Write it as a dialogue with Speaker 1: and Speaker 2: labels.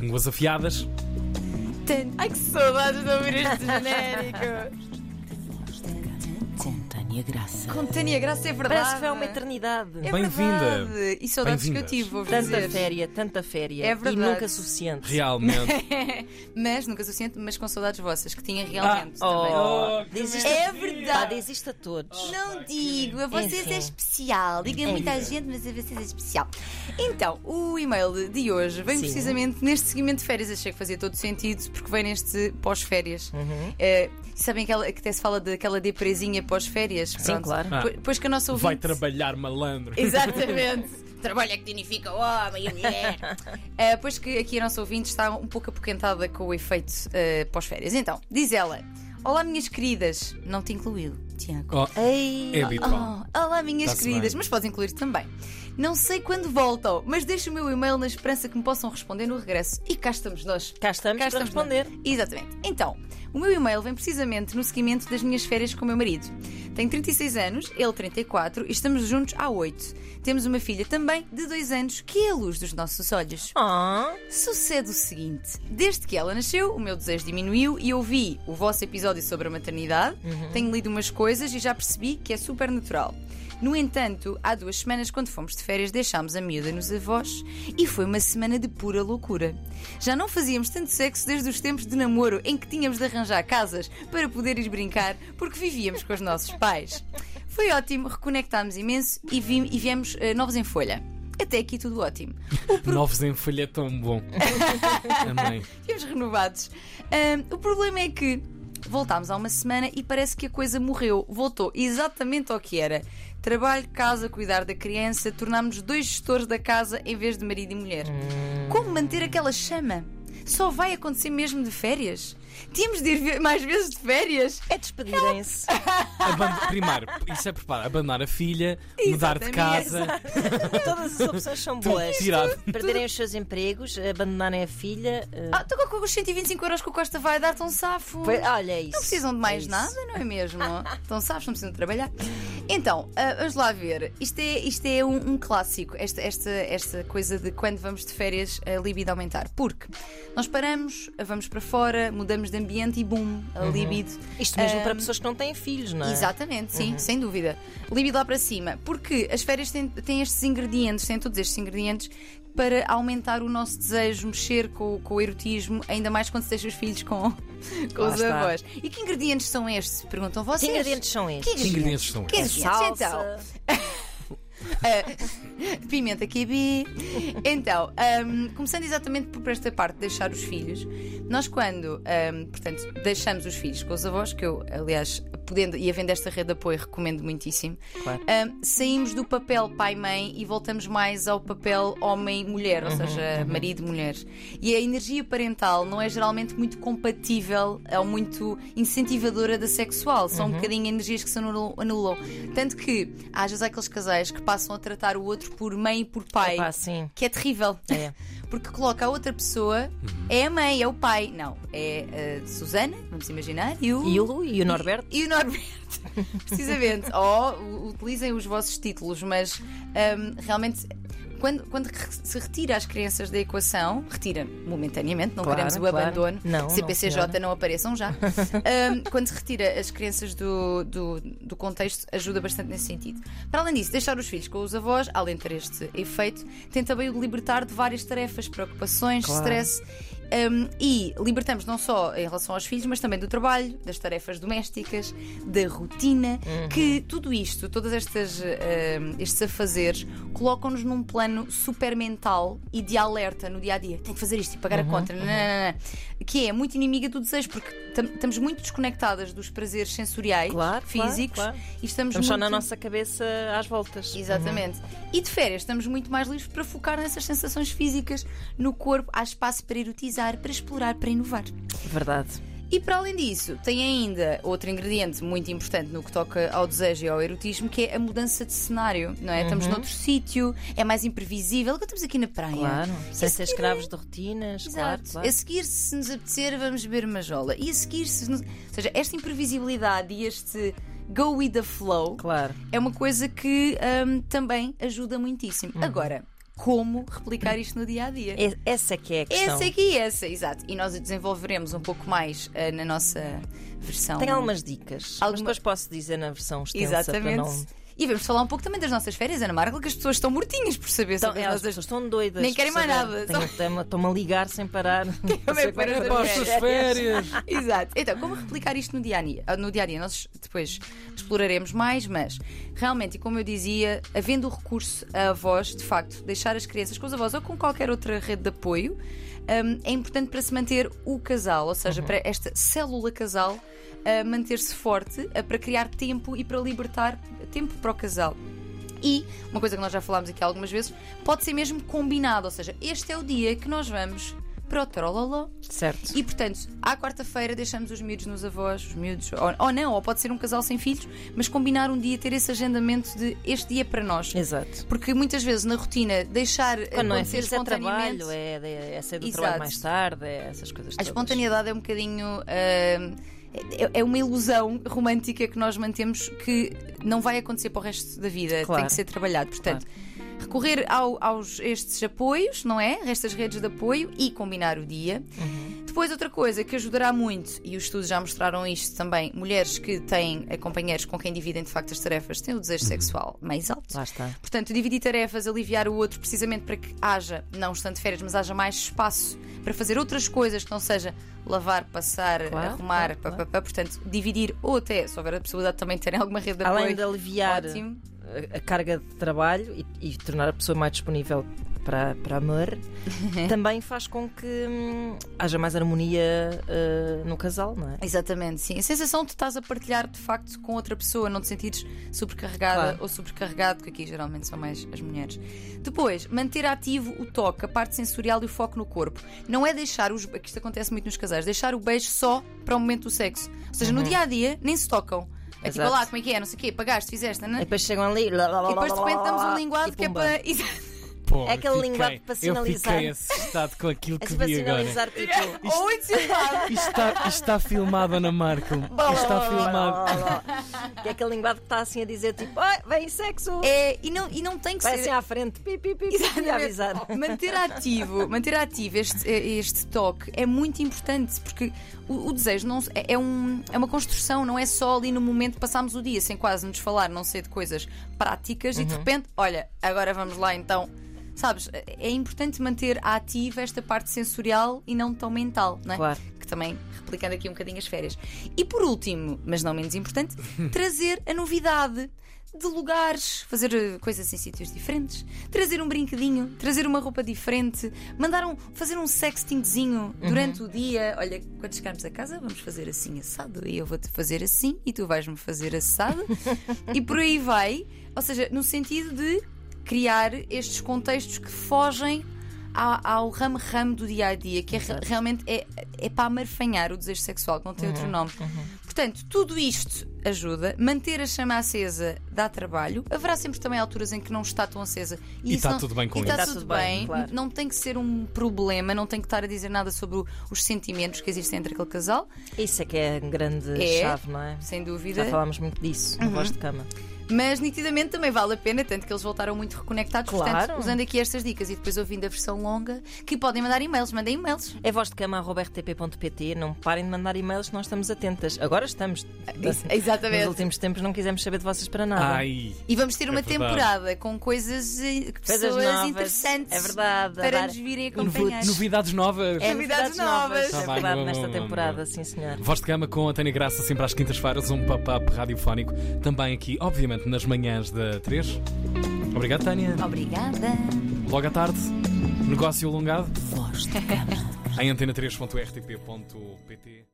Speaker 1: Línguas afiadas.
Speaker 2: Tan- Ai que saudades de ouvir este genérico!
Speaker 3: Com Tânia Graça.
Speaker 2: Com Tânia Graça é verdade.
Speaker 3: Parece que foi uma eternidade.
Speaker 2: É
Speaker 1: Bem-vinda.
Speaker 2: verdade. E saudades que eu
Speaker 1: Bem-vindas.
Speaker 2: tive, vou
Speaker 3: Tanta
Speaker 2: dizer.
Speaker 3: féria, tanta féria.
Speaker 2: É
Speaker 3: e
Speaker 2: verdade.
Speaker 3: nunca suficiente.
Speaker 1: Realmente.
Speaker 2: Mas nunca suficiente, mas com saudades vossas, que
Speaker 1: Ah,
Speaker 2: tinha realmente também.
Speaker 3: Oh,
Speaker 1: que
Speaker 3: diz isto,
Speaker 2: É
Speaker 3: pá,
Speaker 2: verdade.
Speaker 3: diz isto a todos.
Speaker 2: Não digo, a vocês
Speaker 3: Enfim.
Speaker 2: é especial. Diga muita gente, mas a vocês é especial. Então, o e-mail de hoje vem
Speaker 3: Sim.
Speaker 2: precisamente neste seguimento de férias. Achei que fazia todo sentido, porque vem neste pós-férias. Eh, sabem aquela, que até se fala daquela depresinha pós-férias? Sim,
Speaker 3: claro.
Speaker 1: Ah.
Speaker 2: Pois que a nossa
Speaker 1: Vai
Speaker 2: ouvinte...
Speaker 1: trabalhar malandro.
Speaker 2: Exatamente. Trabalho é que unifica o homem e a mulher. Ah, pois que aqui a nossa ouvinte está um pouco apoquentada com o efeito ah, pós-férias. Então, diz ela: Olá, minhas queridas. Não te incluiu, Tiago.
Speaker 1: Oh,
Speaker 3: Ei,
Speaker 1: é habitual.
Speaker 2: Oh, olá, minhas
Speaker 1: Está-se
Speaker 2: queridas,
Speaker 1: bem.
Speaker 2: mas podes incluir também. Não sei quando voltam, mas deixo o meu e-mail na esperança que me possam responder no regresso. E cá estamos nós.
Speaker 3: cá estamos
Speaker 2: Cá
Speaker 3: para
Speaker 2: estamos
Speaker 3: responder.
Speaker 2: nós. Exatamente. Então, o meu e-mail vem precisamente no seguimento das minhas férias com o meu marido. Tenho 36 anos, ele 34 e estamos juntos há 8. Temos uma filha também de 2 anos que é a luz dos nossos olhos.
Speaker 3: Ah,
Speaker 2: Sucede o seguinte: desde que ela nasceu, o meu desejo diminuiu e eu vi o vosso episódio sobre a maternidade, tenho lido umas coisas e já percebi que é super natural. No entanto, há duas semanas, quando fomos de férias, deixámos a miúda nos avós e foi uma semana de pura loucura. Já não fazíamos tanto sexo desde os tempos de namoro em que tínhamos de arranjar casas para poder ir brincar porque vivíamos com os nossos pais. Foi ótimo, reconectámos imenso e, vi- e viemos eh, novos em folha. Até aqui tudo ótimo.
Speaker 1: Novos em folha é tão bom. Amém.
Speaker 2: Tivemos renovados. Ahm, o problema é que voltámos há uma semana e parece que a coisa morreu. Voltou exatamente ao que era. Trabalho, casa, cuidar da criança, tornámos dois gestores da casa em vez de marido e mulher. Como manter aquela chama? Só vai acontecer mesmo de férias? Tínhamos de ir ve- mais vezes de férias?
Speaker 3: é despedirem-se.
Speaker 1: Aban- Primeiro, isso é preparar. Abandonar a filha, mudar de
Speaker 2: Exatamente.
Speaker 1: casa.
Speaker 3: Todas as opções são
Speaker 1: Tudo
Speaker 3: boas.
Speaker 1: tirado.
Speaker 3: Perderem os seus empregos, abandonarem a filha. eh,
Speaker 2: Ah, estou com os 125 euros que o Costa vai dar, tão safo.
Speaker 3: foi- olha é isso.
Speaker 2: Não precisam de
Speaker 3: É
Speaker 2: mais
Speaker 3: isso.
Speaker 2: nada, não é mesmo? Então sabes, não precisam de trabalhar. Então, ah, vamos lá ver. Isto é, isto é um, um clássico, esta, esta, esta coisa de quando vamos de férias a libido aumentar. Porque nós paramos, vamos para fora, mudamos de ambiente e boom, a
Speaker 3: Uhum.
Speaker 2: libido.
Speaker 3: Isto mesmo
Speaker 2: Ah,
Speaker 3: para pessoas que não têm filhos, não é?
Speaker 2: Exatamente, sim, sem dúvida. Libido lá para cima. Porque as férias têm, têm estes ingredientes, têm todos estes ingredientes para aumentar o nosso desejo, mexer com, o- com o erotismo, ainda mais quando se deixa os filhos com, com
Speaker 3: Lá
Speaker 2: os
Speaker 3: está.
Speaker 2: avós. E que ingredientes são estes? Perguntam
Speaker 3: Que
Speaker 2: vocês.
Speaker 3: ingredientes são estes? É
Speaker 1: Que ingredientes são
Speaker 2: Que
Speaker 1: estes?
Speaker 2: ingredientes, então?
Speaker 3: Salsa.
Speaker 2: Pimenta kiwi. Então, hum, começando exatamente por esta parte de deixar os filhos, nós quando, hum, portanto, deixamos os filhos com os avós, que eu, aliás, podendo e havendo esta rede de apoio, recomendo muitíssimo,
Speaker 3: Claro.
Speaker 2: hum, saímos do papel pai-mãe e voltamos mais ao papel homem-mulher,
Speaker 3: Uhum.
Speaker 2: ou seja, marido-mulher. E a energia parental não é geralmente muito compatível ou muito incentivadora da sexual,
Speaker 3: Uhum.
Speaker 2: são um bocadinho energias que se anulam. anulam. Tanto que às vezes há aqueles casais que passam a tratar o outro por mãe e por pai.
Speaker 3: Epá, sim.
Speaker 2: Que é terrível.
Speaker 3: É. Uhum.
Speaker 2: Porque coloca a outra pessoa, é a mãe, é o pai. Não, é a Susana, vamos imaginar, e o.
Speaker 3: E o, e o Norberto?
Speaker 2: E o Norberto, precisamente. oh, utilizem os vossos títulos, mas hum, realmente. Quando, quando re- se retira as crianças da equação, retira momentaneamente, não
Speaker 3: Claro,
Speaker 2: queremos o
Speaker 3: claro.
Speaker 2: abandono,
Speaker 3: Não, não,
Speaker 2: CPCJ
Speaker 3: senhora.
Speaker 2: não apareçam já. Hum, quando se retira as crianças do, do, do contexto, ajuda bastante nesse sentido. Para além disso, deixar os filhos com os avós, além de ter este efeito, tem também o de libertar de várias tarefas, preocupações,
Speaker 3: Claro.
Speaker 2: stress. hum, e libertamos não só em relação aos filhos, mas também do trabalho, das tarefas domésticas, da rotina,
Speaker 3: Uhum.
Speaker 2: que tudo isto, todas estas hum, estes afazeres, colocam-nos num plano super mental e de alerta no dia a dia. Tem que fazer isto e
Speaker 3: Uhum,
Speaker 2: pagar a conta. Não, não, não, não. Que é muito inimiga do desejo, porque tam- estamos muito desconectadas dos prazeres sensoriais,
Speaker 3: Claro, claro,
Speaker 2: físicos,
Speaker 3: claro.
Speaker 2: e estamos,
Speaker 3: Estamos só na
Speaker 2: muito-
Speaker 3: nossa cabeça às voltas.
Speaker 2: Exatamente.
Speaker 3: Uhum.
Speaker 2: E de férias estamos muito mais livres para focar nessas sensações físicas no corpo. Há espaço para erotizar, para explorar, para inovar.
Speaker 3: Verdade.
Speaker 2: E para além disso, tem ainda outro ingrediente muito importante no que toca ao desejo e ao erotismo, que é a mudança de cenário, não
Speaker 3: Uhum.
Speaker 2: é? Estamos noutro sítio, é mais imprevisível. Agora estamos aqui na praia.
Speaker 3: Claro. Sem ser escravos de rotinas, claro,
Speaker 2: é Exato.
Speaker 3: claro.
Speaker 2: A seguir, se nos apetecer, vamos beber uma jola. E a seguir, se nos... ou seja, esta imprevisibilidade e este go with the flow
Speaker 3: Claro.
Speaker 2: é uma coisa que hum, também ajuda muitíssimo. Agora, como replicar isto no dia a dia.
Speaker 3: Uhum. É- Essa que é a questão.
Speaker 2: Essa aqui, essa, exato. E nós a desenvolveremos um pouco mais ah, na nossa versão.
Speaker 3: Tem algumas dicas.
Speaker 2: Alguma-
Speaker 3: Algumas... Mas depois posso dizer na versão extensa para
Speaker 2: Exatamente.
Speaker 3: não.
Speaker 2: E vamos falar um pouco também das nossas férias, Ana Marca, que as pessoas estão mortinhas por saber
Speaker 3: Então,
Speaker 2: sobre
Speaker 3: elas
Speaker 2: as nossas.
Speaker 3: pessoas estão doidas.
Speaker 2: Nem querem mais
Speaker 3: sabe?
Speaker 2: nada,
Speaker 3: Tenho- tenho- Estão-me a ligar sem parar. Não sei
Speaker 2: é que
Speaker 3: como é que
Speaker 2: vai
Speaker 1: É
Speaker 3: eu
Speaker 1: para
Speaker 2: fazer
Speaker 1: as
Speaker 3: vou-
Speaker 1: suas férias.
Speaker 2: Exato. Então, como replicar isto no dia a dia? Ah, No dia a dia, nós depois exploraremos mais, mas realmente, e como eu dizia, havendo o recurso à voz, de facto, deixar as crianças com os avós ou com qualquer outra rede de apoio hum, é importante para se manter o casal, ou seja, para esta célula casal a manter-se forte, a- para criar tempo e para libertar tempo para o casal. E, uma coisa que nós já falámos aqui algumas vezes, pode ser mesmo combinado, ou seja, este é o dia que nós vamos para o Trololó.
Speaker 3: Certo.
Speaker 2: E portanto, à quarta-feira deixamos os miúdos nos avós, os miúdos, ou, ou não, ou pode ser um casal sem filhos, mas combinar um dia, ter esse agendamento de este dia é para nós.
Speaker 3: Exato.
Speaker 2: Porque muitas vezes na rotina deixar
Speaker 3: Quando não é
Speaker 2: acontecer
Speaker 3: filhos, é
Speaker 2: espontaneamente.
Speaker 3: trabalho, é, é, é sair do
Speaker 2: Exato.
Speaker 3: trabalho mais tarde, é essas coisas
Speaker 2: A
Speaker 3: todas.
Speaker 2: espontaneidade é um bocadinho. ah, é- é uma ilusão romântica que nós mantemos que não vai acontecer para o resto da vida,
Speaker 3: Claro.
Speaker 2: tem que ser trabalhado. Portanto, recorrer ao- aos estes apoios, não é? Estas redes de apoio e combinar o dia.
Speaker 3: Uhum.
Speaker 2: Depois, outra coisa que ajudará muito, e os estudos já mostraram isto também, mulheres que têm eh, companheiros com quem dividem de facto as tarefas têm o desejo
Speaker 3: Uhum.
Speaker 2: sexual mais alto.
Speaker 3: Lá está.
Speaker 2: Portanto, dividir tarefas, aliviar o outro, precisamente para que haja, não estando de férias, mas haja mais espaço para fazer outras coisas que não seja lavar, passar,
Speaker 3: Claro,
Speaker 2: arrumar,
Speaker 3: claro,
Speaker 2: pá,
Speaker 3: claro.
Speaker 2: pá, pá. portanto, dividir ou até, se houver a possibilidade, também de terem alguma rede de apoio.
Speaker 3: Além de aliviar
Speaker 2: Ótimo.
Speaker 3: a, a carga de trabalho e, e tornar a pessoa mais disponível para, para amor, também faz com que hum, haja mais harmonia ah, no casal, não é?
Speaker 2: Exatamente, sim. A sensação de estás a partilhar de facto com outra pessoa, não te sentires sobrecarregada
Speaker 3: Claro.
Speaker 2: ou sobrecarregado, que aqui geralmente são mais as mulheres. Depois, manter ativo o toque, a parte sensorial e o foco no corpo. Não é deixar os. que Isto acontece muito nos casais, deixar o beijo só para o momento do sexo. Ou seja, no dia a dia nem se tocam. É tipo,
Speaker 3: Uhum. Exato.
Speaker 2: lá, como é que é? Não sei o quê, pagaste, fizeste, não
Speaker 3: E depois chegam ali. lá, lá, lá,
Speaker 2: E depois de
Speaker 3: lá, lá,
Speaker 2: repente
Speaker 3: lá,
Speaker 2: damos um
Speaker 3: lá,
Speaker 2: linguado
Speaker 3: e
Speaker 2: que é
Speaker 3: pumba.
Speaker 2: para. Exato.
Speaker 1: Pô,
Speaker 3: É aquele
Speaker 1: fiquei-
Speaker 3: linguado para
Speaker 1: Eu
Speaker 3: sinalizar.
Speaker 1: fiquei assustado com aquilo que
Speaker 3: É tipo a
Speaker 1: vi agora.
Speaker 3: sinalizar, tipo.
Speaker 2: Ou entusiasmado.
Speaker 1: Isto está, isto está filmado, Ana Marco. Isto está filmado.
Speaker 3: Que é aquele linguado que está assim a dizer tipo, "Oi, vem sexo!
Speaker 2: É, e, não, e não tem que
Speaker 3: Vai
Speaker 2: ser.
Speaker 3: assim à frente, pi, pi, pi, pi,
Speaker 2: Exatamente.
Speaker 3: a avisar.
Speaker 2: Manter ativo, manter ativo este, este toque é muito importante porque o, o desejo não, se- é, é um, é uma construção, não é só ali no momento passamos o dia sem quase nos falar, não sei de coisas práticas e de repente, olha, agora vamos lá então. Sabes, é importante manter ativa esta parte sensorial e não tão mental, não é?
Speaker 3: Claro.
Speaker 2: Que também, replicando aqui um bocadinho as férias. E por último, mas não menos importante, trazer a novidade de lugares, fazer eh, coisas em sítios diferentes, trazer um brinquedinho, trazer uma roupa diferente, mandar um, fazer um sextingzinho durante o dia. Olha, quando chegarmos a casa, vamos fazer assim assado e eu vou-te fazer assim e tu vais-me fazer assado e por aí vai. Ou seja, no sentido de criar estes contextos que fogem ao- ao ramo-ramo do dia a dia, que é, re- realmente é, é para amarfanhar o desejo sexual, que não tem
Speaker 3: Uhum,
Speaker 2: outro nome. Portanto, tudo isto ajuda. Manter a chama acesa dá trabalho. Haverá sempre também alturas em que não está tão acesa.
Speaker 1: E
Speaker 2: isso
Speaker 1: está
Speaker 2: não-
Speaker 1: tudo bem com
Speaker 2: e
Speaker 1: isso.
Speaker 2: Está tudo bem.
Speaker 3: Tá claro.
Speaker 2: Não tem que ser um problema, não tem que estar a dizer nada sobre o- os sentimentos que existem entre aquele casal,
Speaker 3: Isso é que é a grande
Speaker 2: É. Uhum.
Speaker 3: chave, não é?
Speaker 2: sem
Speaker 3: Já
Speaker 2: dúvida.
Speaker 3: falámos muito disso, no voz de cama.
Speaker 2: Mas nitidamente também vale a pena, tanto que eles voltaram muito reconectados. Portanto,
Speaker 3: Claro.
Speaker 2: usando aqui estas dicas e depois ouvindo a versão longa, que podem mandar e-mails, mandem e-mails.
Speaker 3: É voz de cama, rtp.pt, não parem de mandar e-mails, nós estamos atentas. Agora estamos. assim,
Speaker 2: Ex- exatamente.
Speaker 3: Nos últimos tempos não quisemos saber de vocês para nada.
Speaker 1: Ai.
Speaker 2: E vamos ter uma
Speaker 1: É verdade.
Speaker 2: temporada com coisas, eh,
Speaker 3: Coisas
Speaker 2: pessoas
Speaker 3: novas,
Speaker 2: interessantes
Speaker 3: é verdade, a
Speaker 2: para
Speaker 3: dar
Speaker 2: nos virem acompanhar.
Speaker 1: Novi- Novidades novas.
Speaker 3: É
Speaker 2: Novidades novas.
Speaker 1: Tá
Speaker 3: É
Speaker 1: bem,
Speaker 3: verdade,
Speaker 1: vamos,
Speaker 3: nesta
Speaker 1: vamos,
Speaker 3: temporada,
Speaker 1: vamos.
Speaker 3: sim senhor.
Speaker 1: Voz de Gama com a Tânia Graça, sempre às quintas-feiras, um pop-up radiofónico, também aqui, obviamente, nas manhãs da 3. Obrigado, Tânia.
Speaker 2: Obrigada.
Speaker 1: Logo à tarde, negócio alongado. Voz de Gama. em antena3.rtp.pt